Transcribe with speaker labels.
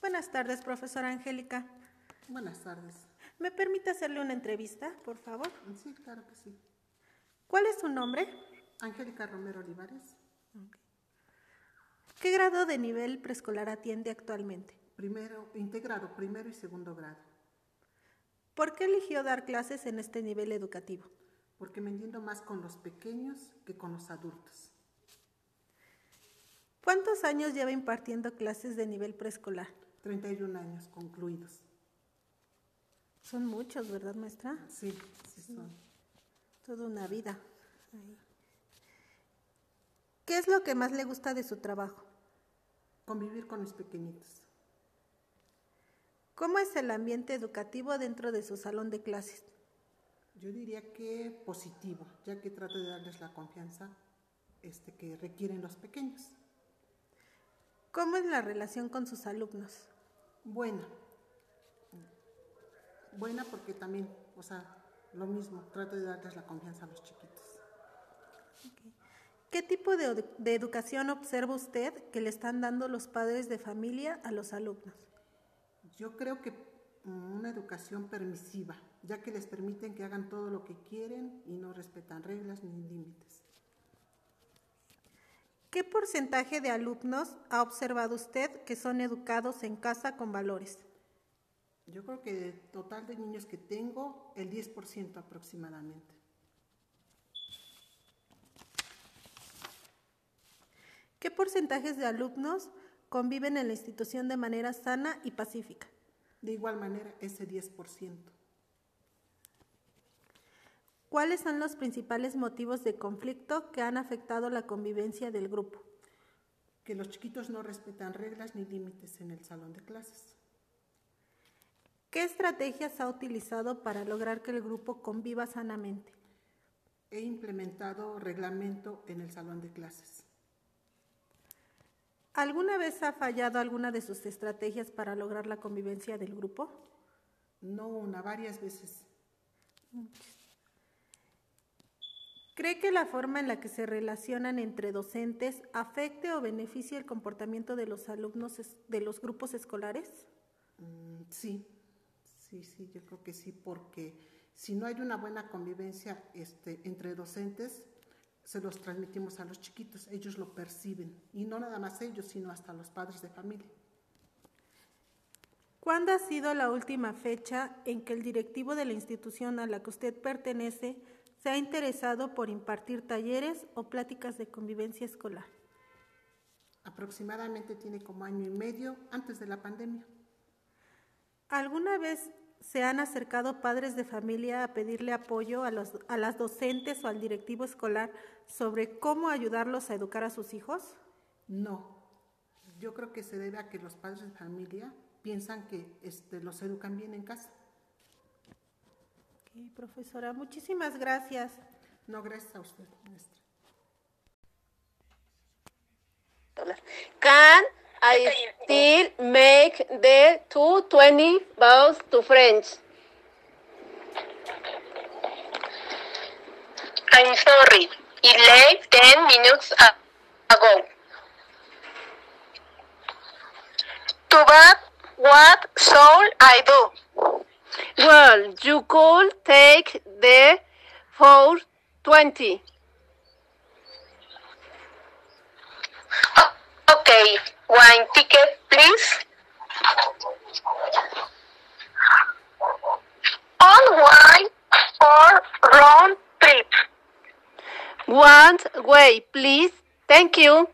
Speaker 1: Buenas tardes, profesora Angélica.
Speaker 2: Buenas tardes.
Speaker 1: ¿Me permite hacerle una entrevista, por favor?
Speaker 2: Sí, claro que sí.
Speaker 1: ¿Cuál es su nombre?
Speaker 2: Angélica Romero Olivares,
Speaker 1: ¿Qué grado de nivel preescolar atiende actualmente?
Speaker 2: primero, integrado, primero y segundo grado,
Speaker 1: ¿Por qué eligió dar clases en este nivel educativo?
Speaker 2: porque me entiendo más con los pequeños que con los adultos.
Speaker 1: ¿Cuántos años lleva impartiendo clases de nivel preescolar?
Speaker 2: 31 años concluidos.
Speaker 1: Son muchos, ¿verdad, maestra?
Speaker 2: Sí, sí son.
Speaker 1: Toda una vida. ahí. ¿Qué es lo que más le gusta de su trabajo?
Speaker 2: Convivir con los pequeñitos.
Speaker 1: ¿Cómo es el ambiente educativo dentro de su salón de clases?
Speaker 2: Yo diría que positivo, ya que trato de darles la confianza este, que requieren los pequeños.
Speaker 1: ¿Cómo es la relación con sus alumnos?
Speaker 2: Buena. Buena porque también, o sea, lo mismo, trato de darles la confianza a los chiquitos.
Speaker 1: ¿Qué tipo de, edu- de educación observa usted que le están dando los padres de familia a los alumnos?
Speaker 2: Yo creo que mm, una educación permisiva, ya que les permiten que hagan todo lo que quieren y no respetan reglas ni límites.
Speaker 1: ¿Qué porcentaje de alumnos ha observado usted que son educados en casa con valores?
Speaker 2: Yo creo que del total de niños que tengo, el 10% aproximadamente.
Speaker 1: ¿Qué porcentajes de alumnos conviven en la institución de manera sana y pacífica?
Speaker 2: De igual manera, ese 10%.
Speaker 1: ¿Cuáles son los principales motivos de conflicto que han afectado la convivencia del grupo?
Speaker 2: Que los chiquitos no respetan reglas ni límites en el salón de clases.
Speaker 1: ¿Qué estrategias ha utilizado para lograr que el grupo conviva sanamente?
Speaker 2: He implementado reglamento en el salón de clases.
Speaker 1: ¿Alguna vez ha fallado alguna de sus estrategias para lograr la convivencia del grupo?
Speaker 2: No una, varias veces.
Speaker 1: ¿Cree que la forma en la que se relacionan entre docentes afecte o beneficie el comportamiento de los alumnos es- de los grupos escolares?
Speaker 2: Mm, Sí, sí, sí, yo creo que sí, porque si no hay una buena convivencia este, entre docentes, se los transmitimos a los chiquitos, ellos lo perciben, y no nada más ellos, sino hasta los padres de familia.
Speaker 1: ¿Cuándo ha sido la última fecha en que el directivo de la institución a la que usted pertenece se ha interesado por impartir talleres o pláticas de convivencia escolar?
Speaker 2: Aproximadamente tiene como año y medio antes de la pandemia.
Speaker 1: ¿Alguna vez se han acercado padres de familia a pedirle apoyo a, los- a las docentes o al directivo escolar sobre cómo ayudarlos a educar a sus hijos?
Speaker 2: No, yo creo que se debe a que los padres de familia piensan que este, los educan bien en casa.
Speaker 1: Ok, profesora, muchísimas gracias.
Speaker 2: No, gracias a usted, maestra.
Speaker 3: dollar. Can I still make the 220 vows to French?
Speaker 4: I'm sorry. It left 10 minutes a- ago. To what, what shall I do?
Speaker 3: Well, you could take the 420.
Speaker 4: O- okay, one ticket, please. On one or round trip.
Speaker 3: One way, please. Thank you.